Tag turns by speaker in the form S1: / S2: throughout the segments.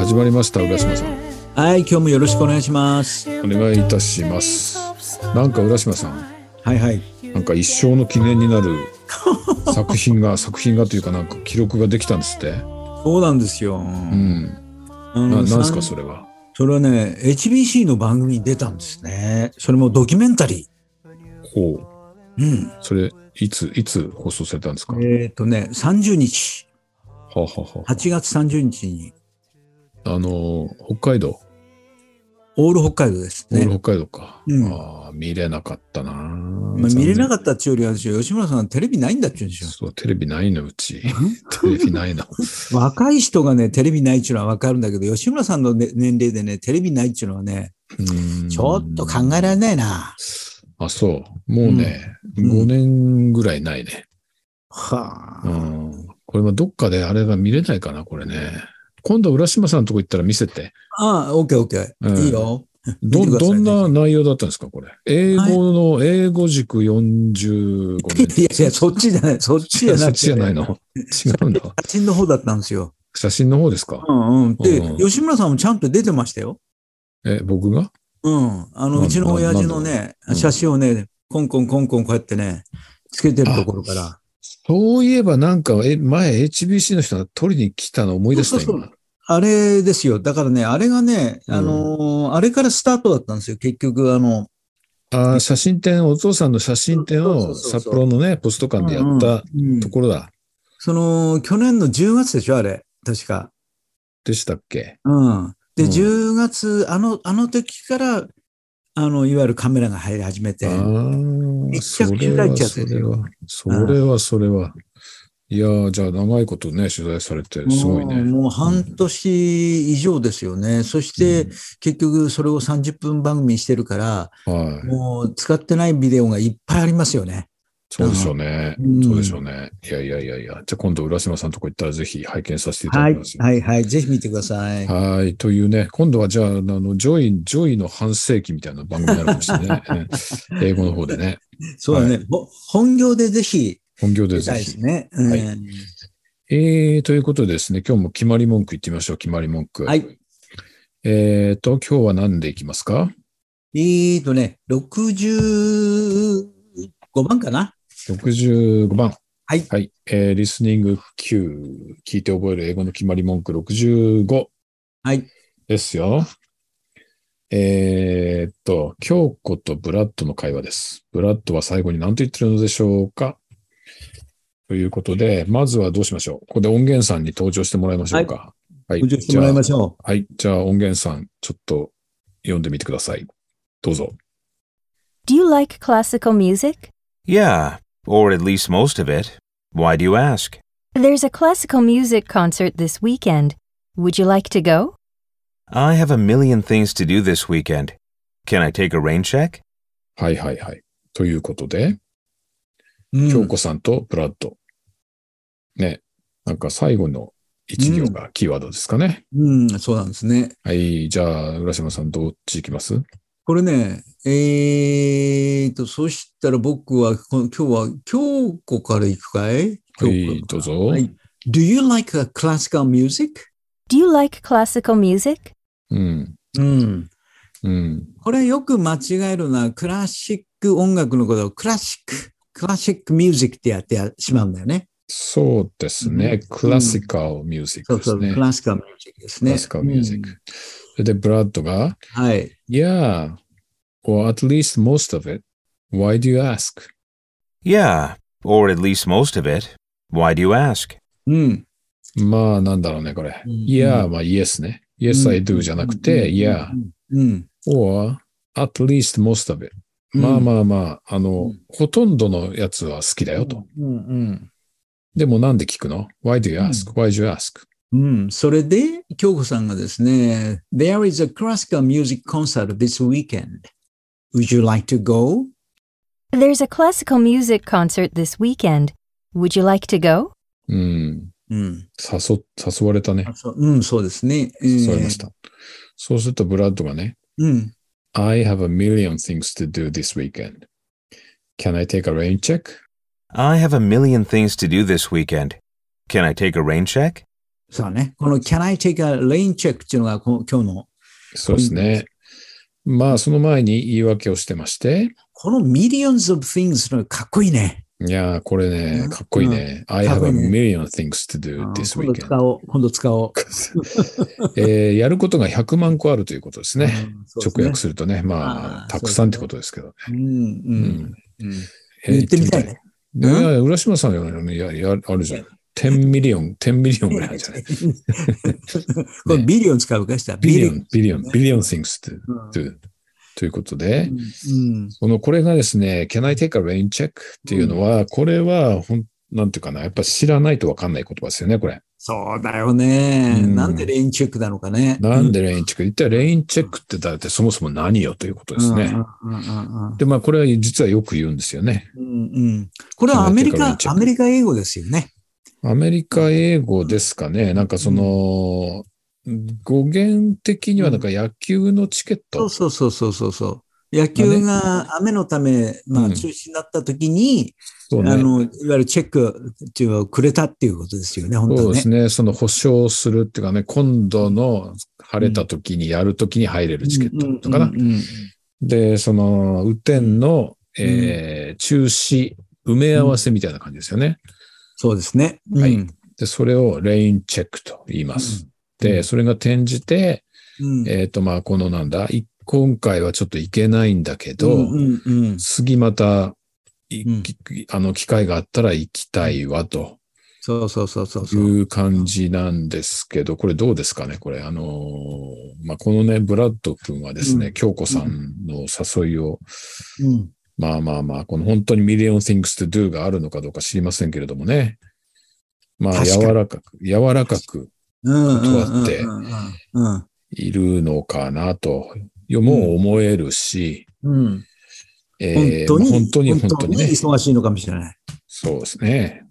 S1: 始まりました浦島さん
S2: はい、今日もよろしくお願いします。
S1: お願いいたしますなんか浦島さん
S2: はいはい。
S1: なんか一生の記念にな る作品が作品がというかなんか記録ができたんですって
S2: そうなんですよ。
S1: うん
S2: うん
S1: ななんです
S2: さ
S1: か
S2: ん
S1: それは
S2: それはね、HBC の番組に出たんですね。それもドキュメンタリ
S1: ほう
S2: ー。うん。
S1: それいついつ放送されたんですか、は
S2: えっ、とね、30日、
S1: あはあは
S2: 8月30日に、
S1: ああのー北海道
S2: オール北海道です
S1: オール
S2: ね。
S1: 北海道か、
S2: うん
S1: ああ見れなかったな、
S2: まあ、見れなか
S1: っ
S2: ったっていうよりはですよ、吉村さんテレビないんだって言うんですよ。
S1: そうテレビないのう ちテレビないな
S2: 若い人がね、テレビないっていうのはわかるんだけど、吉村さんの、ね、年齢でね、テレビないっていうのはね、ち
S1: ち
S2: ょっと考えられないな。
S1: あ、そう。もうね、
S2: うん
S1: 5年ぐらいないね。
S2: は
S1: う
S2: あ。
S1: ん。これはどっかであれが見れないかな、これね。今度、浦島さんのとこ行ったら見せて。
S2: ああ、オッケーオッケ
S1: うん
S2: ー。いいよ。
S1: ど、
S2: 見てください
S1: ど
S2: ね
S1: んな内容だったんですか、これ。英語の、英語軸45
S2: いや
S1: 年。
S2: いや、そっちじゃない、そっちじゃなくて、
S1: そっちじゃないの。違うんだ。
S2: 写真の方だったんですよ。
S1: 写真の方ですか
S2: う。んうん。で、
S1: うん
S2: 吉村さんもちゃんと出てましたよ。
S1: え、僕が
S2: うん。
S1: な
S2: あ
S1: ん
S2: の、
S1: だ
S2: うちの親父のね
S1: なんだう、ん
S2: 写真をね、コンコンコンコンこうやってね、つけてるところから。
S1: そういえばなんか、え、前 HBC の人が取りに来たの思い出した、
S2: そうそう
S1: 今。
S2: あれですよ。だからね、あれがね、
S1: うん
S2: あのーあれからスタートだったんですよ。結局、あの、
S1: あー写真展、お父さんの写真展
S2: そ
S1: を
S2: うそうそうそう
S1: 札幌のね、ポスト館でやった
S2: うんうん
S1: ところだ。
S2: その、去年の10月でしょ、あれ。確か。
S1: でしたっけ
S2: うん。で、
S1: うん
S2: 10月、あの、あの時から、あの、いわゆるカメラが入り始めて。
S1: ああ、
S2: 密着
S1: それ
S2: 取材
S1: は、
S2: ってやつ
S1: そ
S2: です
S1: れ
S2: よ
S1: は、それは、それは。いやー、じゃあ長いことね、取材されて、すごい
S2: もう
S1: ね。
S2: もう半年以上ですよね。そして、結局それを30分番組にしてるから、
S1: うん、はい。
S2: もう使ってないビデオがいっぱいありますよね。
S1: そうでしょうね
S2: う。ん
S1: そうでしょうね。いやいやいやいや。じゃあ今度、浦島さんとこ行ったらぜひ拝見させていた
S2: は
S1: だ
S2: い
S1: きます。、
S2: はい、はい。ぜひ見てください。
S1: はい。というね、今度はじゃあ、あの、ジョイ、ジョイの半世紀みたいな番組になるかもしれない ね。え英語の方でね。
S2: そうだね。ほ本業でぜひ
S1: 本業で
S2: 見
S1: ぜ
S2: たいで
S1: ひ
S2: す。ね。
S1: は
S2: はいい、
S1: えー、ということでですね、今日も決まり文句言ってみましょう、決まり文句。
S2: はい。
S1: えーと、今日は何でいきますか
S2: えーとね、65番かな
S1: ?65 番。
S2: はい
S1: はい。えー、リスニング9。聞いて覚える英語の決まり文句65
S2: はい。
S1: ですよ。えーと、京子とブラッドの会話です。ブラッドは最後に何と言ってるのでしょうかということで、まずはどうしましょうここで音源さんに登場してもらいましょうか。はい。
S2: 登場してもらいま
S1: じ
S2: しょう。
S1: ゃあはい。じゃあ音源さん、ちょっと読んでみてください。どうぞ。
S3: Do you like classical music?
S4: Yeah, or at least most of it. Why do you ask?
S3: There's a classical music concert this weekend. Would you like to go?
S4: I have a million things to do this weekend. Can I take a rain check?
S1: はいはいはい。ということで、
S2: うん
S1: 京子さんとブラッド。ね。なんか最後の一行がキーワードですかね。
S2: うん、そうなんですね。
S1: はい。じゃあ、浦島さんどっち行きます
S2: これね、えーと、そしたら僕は、この今日は、京子から行くかい
S1: は
S2: 京
S1: い、
S2: 子
S1: どうぞ。
S2: はい Do you like a classical music?
S3: Do you like classical music?
S1: うん。
S2: うん。
S1: うん。
S2: これよく間違えるのは、クラシック音楽のことをクラシック、クラシックミュージックってやってしまうんだよね。
S1: そうですね。
S2: うん
S1: クラシカルミュージッ
S2: そ
S1: ク
S2: う
S1: で
S2: そ
S1: す
S2: う、
S1: ね。
S2: クラシカルミュージックです
S1: ク
S2: ね。
S1: ラシカルミュージッ
S2: うん
S1: ク。それで、ブラッドが、
S2: はい。
S1: Yeah, or at least most of it. Why do you ask?
S4: Yeah, or at least most of it. Why do you ask?
S2: うん。
S1: まあ、なんだろうね、これ。
S2: うん
S1: Yeah, まあ、Yes ね。Yes, I
S2: う
S1: do
S2: ん
S1: じゃなくて、Yeah,
S2: うん。うん。
S1: or at least most of it.
S2: うん
S1: まあまあまあ、あの
S2: うん、
S1: ほとんどのやつは好きだよと。
S2: うん。うん。
S1: でもなんで聞くの ?Why do you ask? Why do you ask?
S2: うん、それで、京子さんがですね、There is a classical music concert this weekend. Would you like to go?
S3: There's a classical music concert this weekend. Would you like to go?
S1: うん。
S2: うん、
S1: 誘、誘われたね
S2: あ。そううん、そうですね。
S1: 誘われまし
S2: えー
S1: た。そうすると、ブラッドがね、
S2: うん、
S1: I have a million things to do this weekend. Can I take a rain check?
S4: I have a million things to do this weekend. Can I take a rain check?
S2: さあね、この Can I take a rain check っていうのがこの今日の、
S1: そうですね。まあ、その前に言い訳をしてまして、
S2: この millions of things のかっこいいね。
S1: いやー、これね
S2: う、ん
S1: かっこいいね。I
S2: かっ
S1: have
S2: こ
S1: a
S2: いいね
S1: million things to
S2: あ
S1: do
S2: ー
S1: this
S2: 今度
S1: weekend.
S2: 使おう。今度使おう。
S1: えーやることが100万個あるということですね。
S2: うんそうです
S1: 直訳するとね、まあ、
S2: あー
S1: たくさんってことですけどね。
S2: うんうんうん
S1: えー
S2: 言ってみたいね。
S1: 言ってみたい
S2: うん
S1: いや、浦島さんじゃないのね。いや、いや、あるじゃん。10ミリオン、10ミリオンぐらいあるじゃない。
S2: これ ビリオン使うかしたら
S1: ビリオ
S2: ン。
S1: ン、ビリオン、ビリオン things to
S2: うん
S1: do. ということで、
S2: うん
S1: この、これがですね、can I take a rain check? っていうのは、これは、ほん、なんていうかな、やっぱ知らないとわかんない言葉ですよね、これ。
S2: そうだよね。
S1: うん
S2: なんでレインチェックなのかね。
S1: なんでレインチェック一体レインチェックってだってそもそも何よということですね。
S2: うんうんうんうん
S1: で、まあ、これは実はよく言うんですよね。
S2: うんうんこれはアメリ
S1: Can I take a
S2: カ
S1: rain、check？
S2: アメリカ英語ですよね。
S1: アメリカ英語ですかね。なんかその、語源的にはなんか野球のチケッ
S2: そ
S1: ト
S2: う。そうそうそうそうそう。野球が雨のため、ま
S1: う
S2: あ、
S1: ん
S2: 中止になった時に、
S1: そうね
S2: あの、いわゆるチェックっていうのをくれたっていうことですよね、本当
S1: そう
S2: は
S1: で
S2: ね
S1: す。ね。その保証するっていうかね、今度の晴れた時にやる時に入れるチケットとかな
S2: うん。うんうん
S1: で、その、雨天の、えー中止、埋め合わせみたいな感じですよね。
S2: そうですね。
S1: は
S2: う
S1: い
S2: ん。
S1: で、それをレインチェックと言います。で、それが転じて、
S2: うん
S1: えっ、と、まあ、このなんだ、い今回はちょっと行けないんだけど、
S2: うんうんうん
S1: 次また、い
S2: うん
S1: きあの、機会があったら行きたいわ、と
S2: そうそうそうそう
S1: い
S2: そう。
S1: う感じなんですけど、これどうですかねこれ、あのーまあ、このね、ブラッド君はですね、
S2: うん
S1: 京子さんの誘いを、
S2: うん
S1: まあまあまあ、この本当にミリオン things to do があるのかどうか知りませんけれどもね。まあ、
S2: 確かに
S1: 柔らかく、柔らかく
S2: うん
S1: 断って
S2: うんうん
S1: いるのかなと、もう思えるし、
S2: うんうん
S1: えーまあ本当に本当にね。
S2: 忙しいのかもしれない。
S1: そうですね。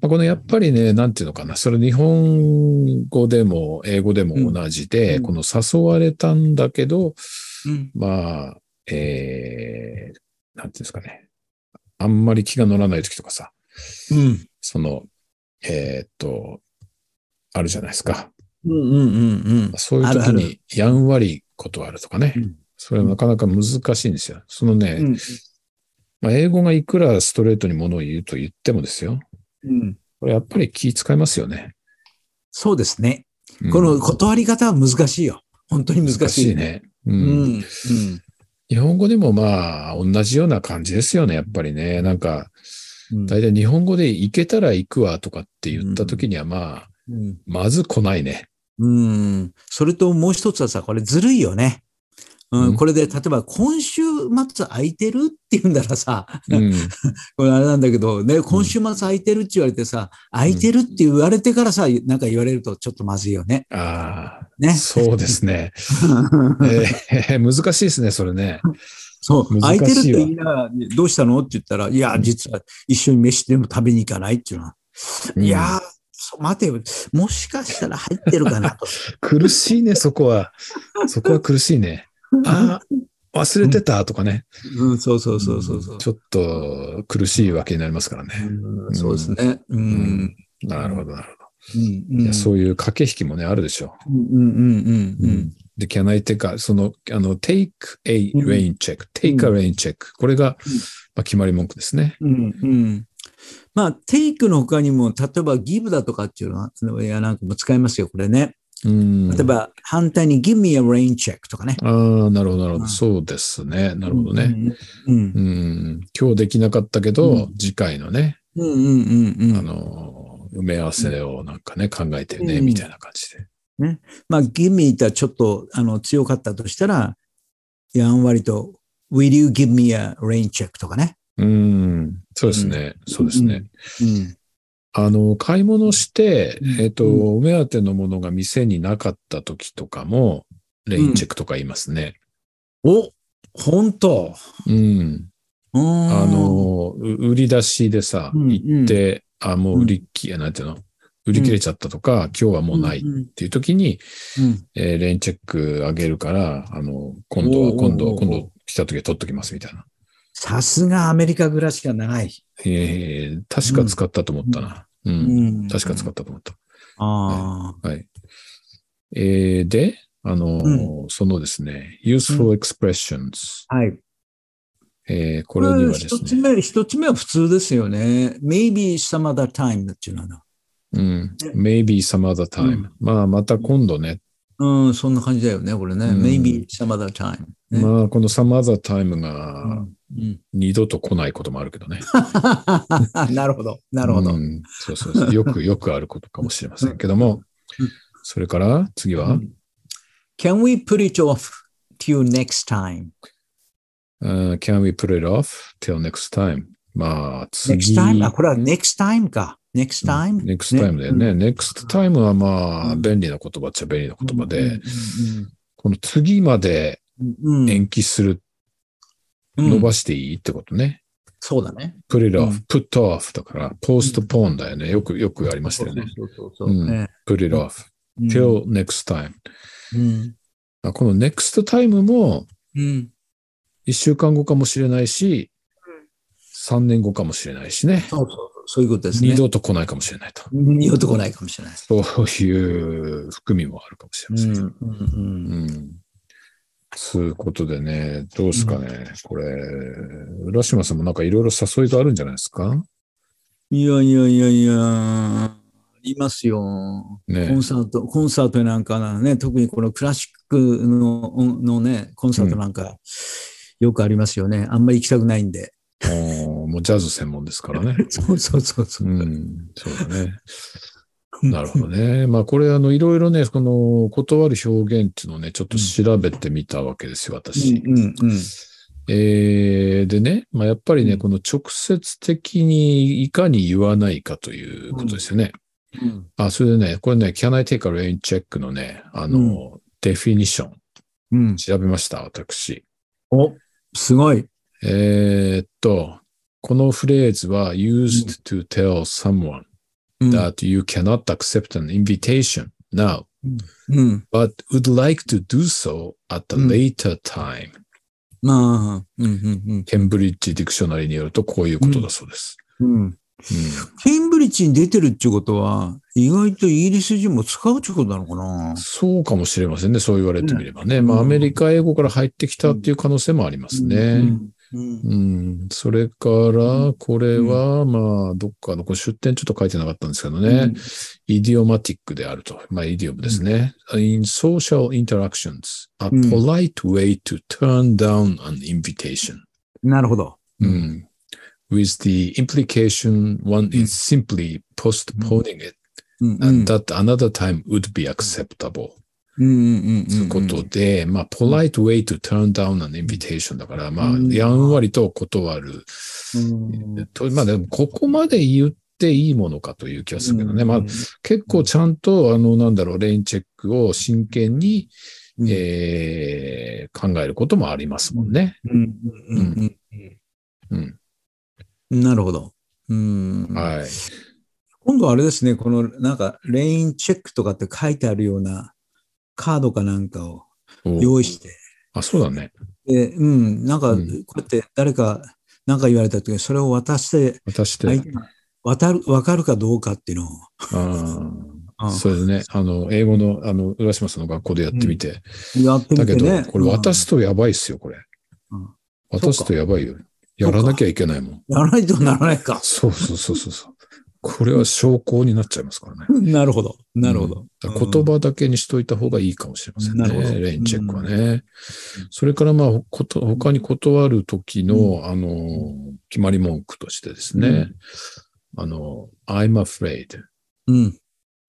S1: まあ、このやっぱりね、なんていうのかな、それ日本語でも英語でも同じで、
S2: うん
S1: この誘われたんだけど、
S2: うん
S1: まあ、えー、なんていうんですかね。あんまり気が乗らない時とかさ、
S2: うん
S1: その、えーっと、あるじゃないですか。
S2: うんうんうん
S1: そういう時
S2: あるあ
S1: にやんわり断るとかね。
S2: うん
S1: それはなかなか難しいんですよ。そのね、
S2: うん
S1: まあ、英語がいくらストレートにものを言うと言ってもですよ。
S2: うん
S1: これやっぱり気使いますよね。
S2: そうですね。
S1: うん
S2: この断り方は難しいよ。本当に難
S1: 難
S2: し
S1: し
S2: い。
S1: い。ね。う
S2: うんん
S1: 日本語でもまあ、同じような感じですよね、やっぱりね。なんか、
S2: うん
S1: 大体日本語で行けたら行くわとかって言った時にはまあ、
S2: うん
S1: まず来ないね。
S2: うんそれともう一つはさ、これずるいよね。
S1: う
S2: うんん、これで、例えば今週末空いてるって言うんだらさ、
S1: うん。
S2: これあれなんだけど、ね、今週末空いてるって言われてさ、空いてるって言われてからさ、なんか言われるとちょっとまずいよね。
S1: ああ、
S2: ね。
S1: そうです ね。えー難しいですね、それね。
S2: そう、空
S1: 難しい
S2: い
S1: わ
S2: てるって言いながら、どうしたのって言ったら、いや、実は一緒に飯でも食べに行かないっていうのは、
S1: うん
S2: いやー、そう待てよ、もしかしたら入ってるかなと。
S1: 苦しいね、そこは。そこは苦しいね。ああ、忘れてたとかね。
S2: うん、そうそうそうそうそう。
S1: ちょっと苦しいわけになりますからね。
S2: うんそうですね。うん。
S1: なるほど、なるほど。
S2: うん。う
S1: い
S2: ん
S1: やそういう駆け引きもね、あるでしょう。
S2: うんうんうんうん
S1: で、can I take a, その、あの、take a
S2: うん
S1: rain check, take a rain check. これが、まあ、決まり文句ですね。
S2: うん。うんうん。まあ、テイクの他にも、例えばギブだとかっていうのは、いや、なんかも使いますよ、これね。
S1: うん。
S2: 例えば、反対に give me a rain check とかね。
S1: ああ、なるほど、なるほ
S2: う
S1: ど。
S2: ん
S1: そうですね。なるほどね。
S2: うん。うん
S1: うん。今日できなかったけど、次回のね、
S2: うんうんうんうん
S1: あ。の、埋め合わせをなんかね、考えてね、
S2: うん
S1: みたいな感じで。
S2: まあ、give me がちょっとあの強かったとしたら、やんわりと、will you give me a rain check とかね。
S1: うん。そうですね。そうですね。
S2: うん。
S1: あの、買い物して
S2: う、ん
S1: えっと、
S2: う
S1: お目当てのものが店になかった時とかも、レインチェックとか言いますね。
S2: お本当
S1: うん
S2: あ
S1: あ、の、う売り出しでさ、
S2: うん
S1: 行って、あ、もう売
S2: う
S1: り切れ、なんていうの売り切れちゃったとか、今日はもうないっ
S2: うん
S1: ていう時に、
S2: うん
S1: えーレインチェックあげるから、あの、今度は、
S2: おー
S1: 今度は、
S2: おーおー
S1: 今度来た時は取っときますみたいな。
S2: さすがアメリカ暮らしが長い。
S1: えー確か使ったと思ったな。う。
S2: うんん
S1: 確か使ったと思った。
S2: ああ。
S1: はい。えーで、あのーそのですね、useful expressions。
S2: はい。
S1: えーこ
S2: こ
S1: れにはで
S2: 一
S1: す
S2: つ
S1: ね、
S2: 目、一つ目は普通ですよね。maybe some other time っていうのは。
S1: うん、maybe some other time、まあ、また今度ね、
S2: うん、そんな感じだよね、これね。
S1: うん
S2: maybe some other time ね。
S1: まあ、この some other time
S2: う
S1: が
S2: んうん
S1: 二度と来ないこともあるけどね。
S2: なるほど、なるほど。
S1: うんそうそうそう。 よく、よくあることかもしれませんけども
S2: うん。
S1: それから、次は、
S2: Can we put it off till next time?
S1: うん Can we put it off till next time? まあ、次。
S2: Next time? あ、これは next time か。next time?
S1: next time だよね。next time はまあ、便利な言葉っちゃ便利な言葉で、この次まで
S2: うん。
S1: 延期する、
S2: うん
S1: 伸ばしていいってことね。
S2: そうだね。
S1: put it
S2: う
S1: off,
S2: ん
S1: put off だから、postpone だよね。よく、よくありましたよね。
S2: そうそうそうう。
S1: ん
S2: ね
S1: put it off,
S2: うん
S1: till next time.
S2: うん
S1: あこの next time も、
S2: うん
S1: 一週間後かもしれないし、三年後かもしれないしね。
S2: そうそうそう。そういうことですね。
S1: 二度と来ないかもしれないと。
S2: 二度と来ないかもしれない。
S1: そういう含みもあるかもしれません。
S2: うんうんうん
S1: うん。つうことでね、どうですかね、これ、浦島さんもなんかいろいろ誘いがあるんじゃないですか
S2: いやいやいやいや、ありますよ。コ
S1: ね
S2: ン。サート、コンサートなんかなね、特にこのクラシックののね、コンサートなんか、よくありますよね。あんまり行きたくないんで。
S1: あーもうジャズ専門ですからね。
S2: そうそうそうそうう。
S1: ん、そうだね。なるほどね。まあこれ、あの、いろいろね、この断る表現っていうのをね、ちょっと調べてみたわけですよ、私。
S2: うんうんうん。
S1: えーでね、まあ、やっぱりね、
S2: うん
S1: この直接的にいかに言わないかということですよね。
S2: うん
S1: あ、それでね、これね、Can I take a rain check のね、あの、デフィニション、
S2: うん。
S1: 調べました、私。
S2: お、すごい。
S1: えーっと、このフレーズは、used to tell someone
S2: うん
S1: that you cannot accept an invitation now,
S2: うん。
S1: but would like to do so at a
S2: うん
S1: later time.
S2: まあ、うんうん
S1: ケンブリッジディクショナリーによると、こういうことだそうです。
S2: うん。うん。
S1: うん
S2: ケンブリッジに出てるってことは、意外とイギリス人も使うってことなのかな。
S1: そうかもしれませんね。そう言われてみればね。
S2: うん
S1: まあ、アメリカ英語から入ってきたっていう可能性もありますね。
S2: うん。うん
S1: うん。それから、これは、まあ、どっかの、これ出典ちょっと書いてなかったんですけどね。イディオマティックであると。まあ、イディオムですね。in social interactions, a
S2: うん
S1: polite way to turn down an invitation.
S2: なるほど。
S1: う
S2: うん
S1: ん With the implication one is simply postponing it
S2: うんうん
S1: and that another time would be acceptable.
S2: うんうん
S1: ということで、まあ、polite way to turn down an invitation だから、まあ
S2: う、ん
S1: やんわりと断る。
S2: うん
S1: とまあ、でも、ここまで言っていいものかという気がするけどね。まあ、結構ちゃんと、あの、なんだろう、レインチェックを真剣に、
S2: うん
S1: えー考えることもありますもんね。
S2: うんうんうん
S1: うん。
S2: うんなるほど。うん
S1: はい。
S2: 今度あれですね、このなんか、レインチェックとかって書いてあるようなカードかなんかを
S1: お
S2: 用意して、
S1: あ、そうだね。
S2: でうん、なんか、
S1: う
S2: こ
S1: ん
S2: うやって誰か、なんか言われた時に、それを渡して、
S1: 渡して、
S2: 相手が渡る、わかるかどうかっていうのを。
S1: あ
S2: う
S1: あ
S2: ん
S1: そうですね。あの、英語の、あの、浦島さんの学校でやってみて、
S2: やって
S1: だ
S2: み
S1: け
S2: て
S1: ど、
S2: ね。
S1: これ渡すとやばいっすよ、これ。
S2: うん
S1: 渡すとやばいよ。やらなきゃいけないもん。
S2: うん。やらないとならないか。
S1: そうそうそうそうそう。これは証拠になっちゃいますからね。
S2: なるほど。なるほど。
S1: だから言葉だけにしといた方がいいかもしれませんね。
S2: なるほど
S1: レインチェックはね。それから、まあ、こと他に断る時の、あの、決まり文句としてですね、あの、I'm afraid
S2: うん。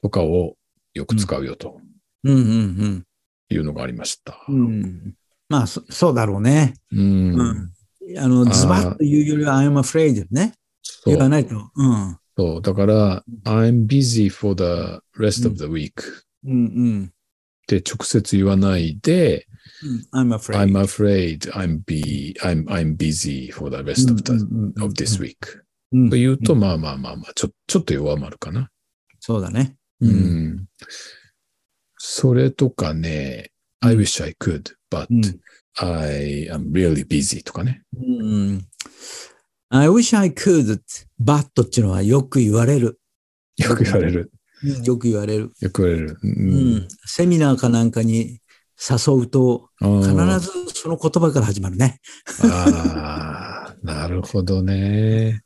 S1: とかをよく使うよと
S2: うんうん
S1: いうのがありました。
S2: うん。うん。まあ、そそうだろうね。
S1: うん。
S2: うんあの、ズバッと言うよりは、I'm afraid ね。
S1: そ
S2: 言わ
S1: う
S2: ないと。うん。
S1: そう。だから、I'm busy for the rest of the week
S2: うんうん。
S1: って直接言わないで、
S2: うん、I'm afraid.
S1: I'm afraid I'm be I'm I'm busy for the rest of the
S2: うんうんうん
S1: of this week
S2: うん
S1: と言うとまあまあまあまあちょちょっと弱まるかな。
S2: そうだね。
S1: う
S2: うん。
S1: ん。それとかね、I wish I could, but
S2: うん
S1: I am really busy とかね。
S2: うん。I wish I could, but っていうのはよく言われる。
S1: よく言われる。
S2: よく言われる。
S1: よく言われる。う。
S2: うんん。セミナーかなんかに誘うと、
S1: 必
S2: 必ずその言葉から始まるね。
S1: ああ、なるほどね。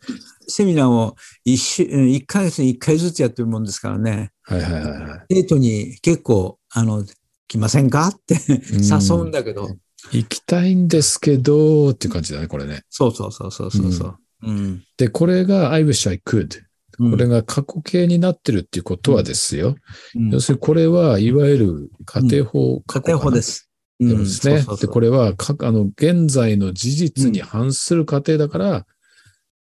S2: セミナーを一週、うん一ヶ月に一回ずつやってるもんですからね。
S1: はいはいはいは
S2: デートに結構、あの、来ませんかって
S1: い。
S2: 誘うん
S1: だ。
S2: だけど。
S1: 行きたいんですけど、っていう感じだね、これね。
S2: そうそうそうそうそうそう。うん。
S1: で、これが I wish I could。
S2: こ
S1: これが過去形になってるっていうことはですよ。
S2: うん
S1: 要するにこれはいわゆる家庭法、。
S2: 家庭法ですす。
S1: ってことですね。
S2: うんそうそう
S1: で、
S2: そう
S1: これはか、あの、現在の事実に反する過程だから、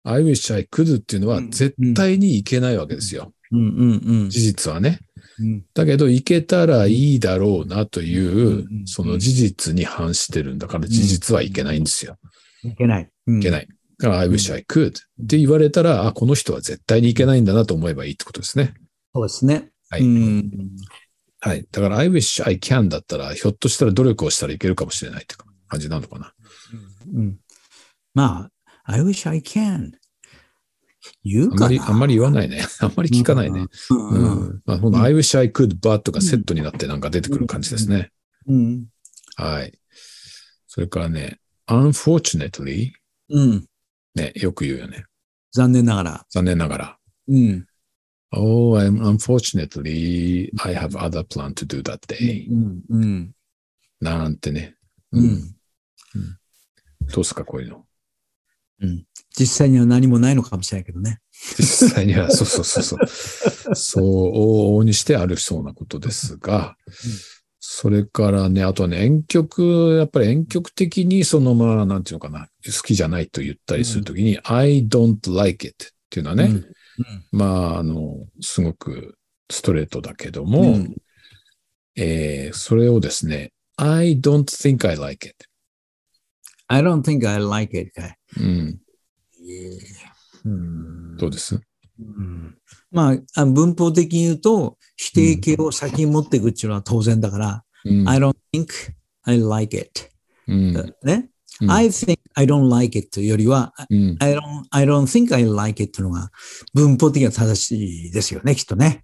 S1: I wish I could っていうのは
S2: うん
S1: 絶対にいけないわけですよ。
S2: うんうんうん
S1: 事実はね。
S2: うん。
S1: だけど、いけたらいいだろうなという、
S2: うんうん
S1: その事実に反してるんだから、事実はいけないんですよ。
S2: いけない。い。
S1: いけないい。だから、I wish I could って言われたら、あ、この人は絶対にいけないんだなと思えばいいってことですね。
S2: そうですね。
S1: はい
S2: うん
S1: はい。だから、I wish I can だったら、ひょっとしたら努力をしたらいけるかもしれないって感じなのかな。
S2: うんまあ、I wish I can. 言う
S1: あんま
S2: か
S1: り、
S2: な。
S1: あんまり言わないね。 あんまり聞かないね。
S2: うん
S1: う
S2: うん
S1: ん。まあ、ほんと I wish I could but がセットになってなんか出てくる感じですね。
S2: うん。
S1: はい。それからね、unfortunately
S2: うん。
S1: ね、よく言うよね。
S2: 残念ながら。
S1: 残念ながら。
S2: うん。
S1: Oh, I'm unfortunately, I have other plan to do that
S2: う
S1: day.
S2: ん。うん。
S1: なんてね。
S2: う
S1: うん
S2: ん。
S1: どうすか、こういうの。
S2: 実際には何もないのかもしれないけどね。
S1: 実際には、 そうそうそうそう。そう、往々にしてあるそうなことですが、それからね、あとね、遠曲、やっぱり遠曲的に、そのまあ、なんていうのかな、好きじゃないと言ったりするときに、I don't like it っていうのはね、
S2: うん。
S1: まあ、あの、すごくストレートだけども、
S2: うん
S1: えーそれをですね、I don't think I like it。
S2: I don't think I like it.
S1: うん、
S2: うん
S1: どうです
S2: うんまああ、文法的に言うと、否定形を先に持っていくっていうのは当然だから、
S1: うん、
S2: I don't think I like it.
S1: うん、
S2: ね。
S1: うん
S2: I think I don't like it というよりは、
S1: うん、
S2: I don't, I don't think I like it というのが文法的には正しいですよね、きっとね。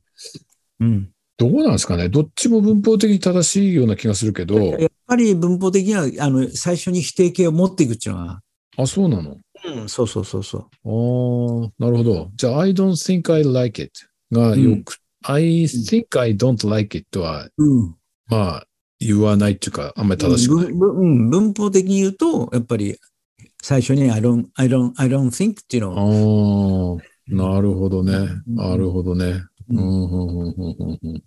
S2: うん。
S1: どうなんですかねどっちも文法的に正しいような気がするけど、
S2: やっぱり文法的には、あの、最初に否定形を持っていくっていうのは、
S1: あ、そうなの
S2: うん、そうそうそうそ
S1: あ
S2: う。
S1: あ、なるほど。じゃあ、I don't think I like it がよく、I think I don't like it とは、
S2: うん。
S1: まあ、言わないっていうか、あんまり正しくない。
S2: 文文文法的に言うと、やっぱり最初に I don't, I don't, I don't think っていうのを、
S1: ああ、なるほどね。
S2: うん
S1: なるほどね。う
S2: うん
S1: んうんうんうんうんうんうん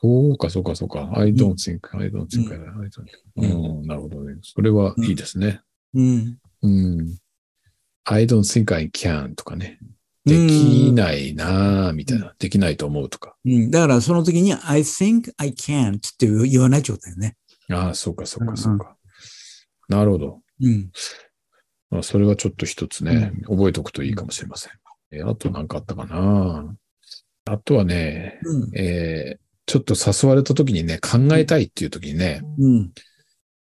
S1: そうか、そうか、そうか。I don't think, I don't think, I don't think. うん、なるほどね。それはいいですね。
S2: うん。
S1: うん。I don't think I can とかね。できないなぁ、みたいな。できないと思うとか。
S2: うん。だからその時に I think I can't って言わない状態よね。
S1: ああ、そうか、そう
S2: うん
S1: か、
S2: うん
S1: そうか。なるほど。
S2: うん。
S1: まあ、それはちょっと一つね、覚えておくといいかもしれません。えあと何かあったかなあとはね、
S2: うん。
S1: えーちょっと誘われた時にね、考えたいっていう時にね、
S2: うん。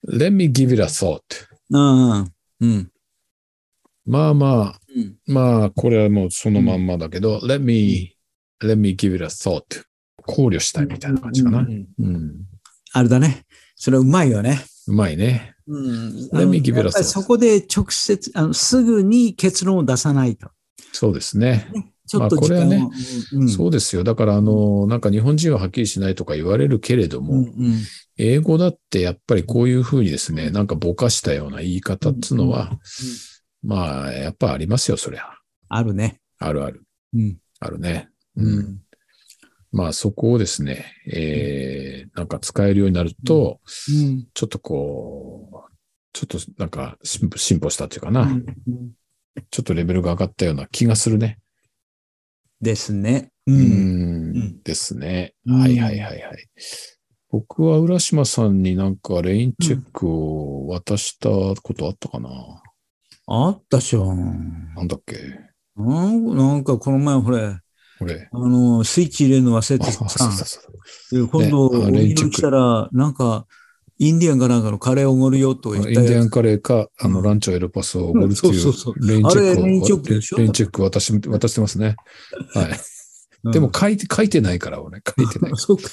S1: Let me give it a thought。
S2: ああ。うん。
S1: まあまあ、
S2: うん。
S1: まあ、これはもうそのまんまだけど、Let me, let me give it a thought。考慮したいみたいな感じかな。
S2: う
S1: うん。
S2: うんあれだね。それはうまいよね。
S1: うまいね。
S2: うん。
S1: Let me give it a
S2: やっぱり
S1: thought.
S2: そこで直接あの、すぐに結論を出さないと。
S1: そうですね。
S2: ちょっと
S1: まあこ
S2: 時
S1: れは
S2: 間
S1: ね
S2: を。うんうん、
S1: そうですよ。だから、あの、なんか日本人ははっきりしないとか言われるけれども、
S2: うんうん
S1: 英語だってやっぱりこういうふうにですね、なんかぼかしたような言い方っつうのは、まあ、やっぱありますよ、そりゃ。
S2: あるね。
S1: あるある。
S2: うん。
S1: あるね。
S2: う
S1: うん
S2: ん。
S1: まあ、そこをですね、えー、なんか使えるようになると、
S2: うん
S1: ちょっとこう、ちょっとなんか進歩進歩したっていうかな、
S2: うん
S1: ちょっとレベルが上がったような気がするね。
S2: ですね。う。
S1: うんん。ですね。
S2: うん
S1: はいはいはいはい。僕は浦島さんになんかレインチェックを渡したことあったかな、
S2: あったじゃん。
S1: なんだっけ
S2: なんなんかこの前、ほれ、
S1: これ。
S2: あの、スイッチ入れるの忘れて
S1: あ
S2: た
S1: そうそうそう
S2: で今度、
S1: ねあ
S2: お
S1: レイン
S2: 見
S1: チェッ
S2: に
S1: ク
S2: 来たら、なんか、インディアンかなんかのカレーをおごるよと言
S1: イ
S2: っ
S1: ン
S2: た
S1: ディア
S2: や
S1: ン
S2: つ。
S1: カレーか、あの、ランチョエルパスをおごるって
S2: うん
S1: い
S2: そううそうそ、
S1: レインチェック
S2: あ
S1: を、
S2: れレインチェックでしょ
S1: レインチェック渡し、渡してますね。はい。でも書いて、書いてないから、俺、書いてない
S2: うん、。 そうか。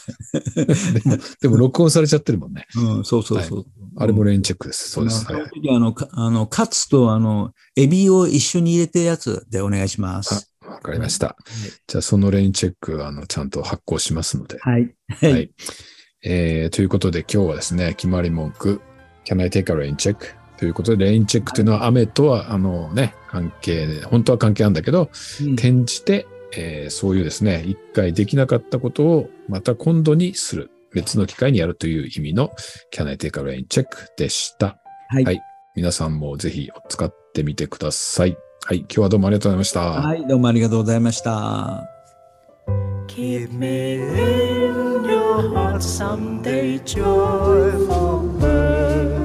S1: でも録音されちゃってるもんね。
S2: うん、そうそうそう。
S1: あれもレインチェックです。そうです。
S2: あ
S1: はい
S2: の時あの、かあのカツとあの、エビを一緒に入れてやつでお願いします。
S1: わかりました。じゃあ、そのレインチェック、あの、ちゃんと発行しますので。
S2: はい。
S1: は
S2: はいい。
S1: えー、ということで、今日はですね、決まり文句、can I take a rain check? ということで、レインチェックというのは雨とは、あのね、関係で、本当は関係あるんだけど、
S2: うん
S1: 転じて、えーそういうですね、一回できなかったことをまた今度にする。別の機会にやるという意味の Can I take a rain check でした。
S2: はい
S1: はい皆さんもぜひ使ってみてください。はい。今日はどうもありがとうございました。
S2: はい、どうもありがとうございました。
S5: Keep me in your heart someday, joyful bird.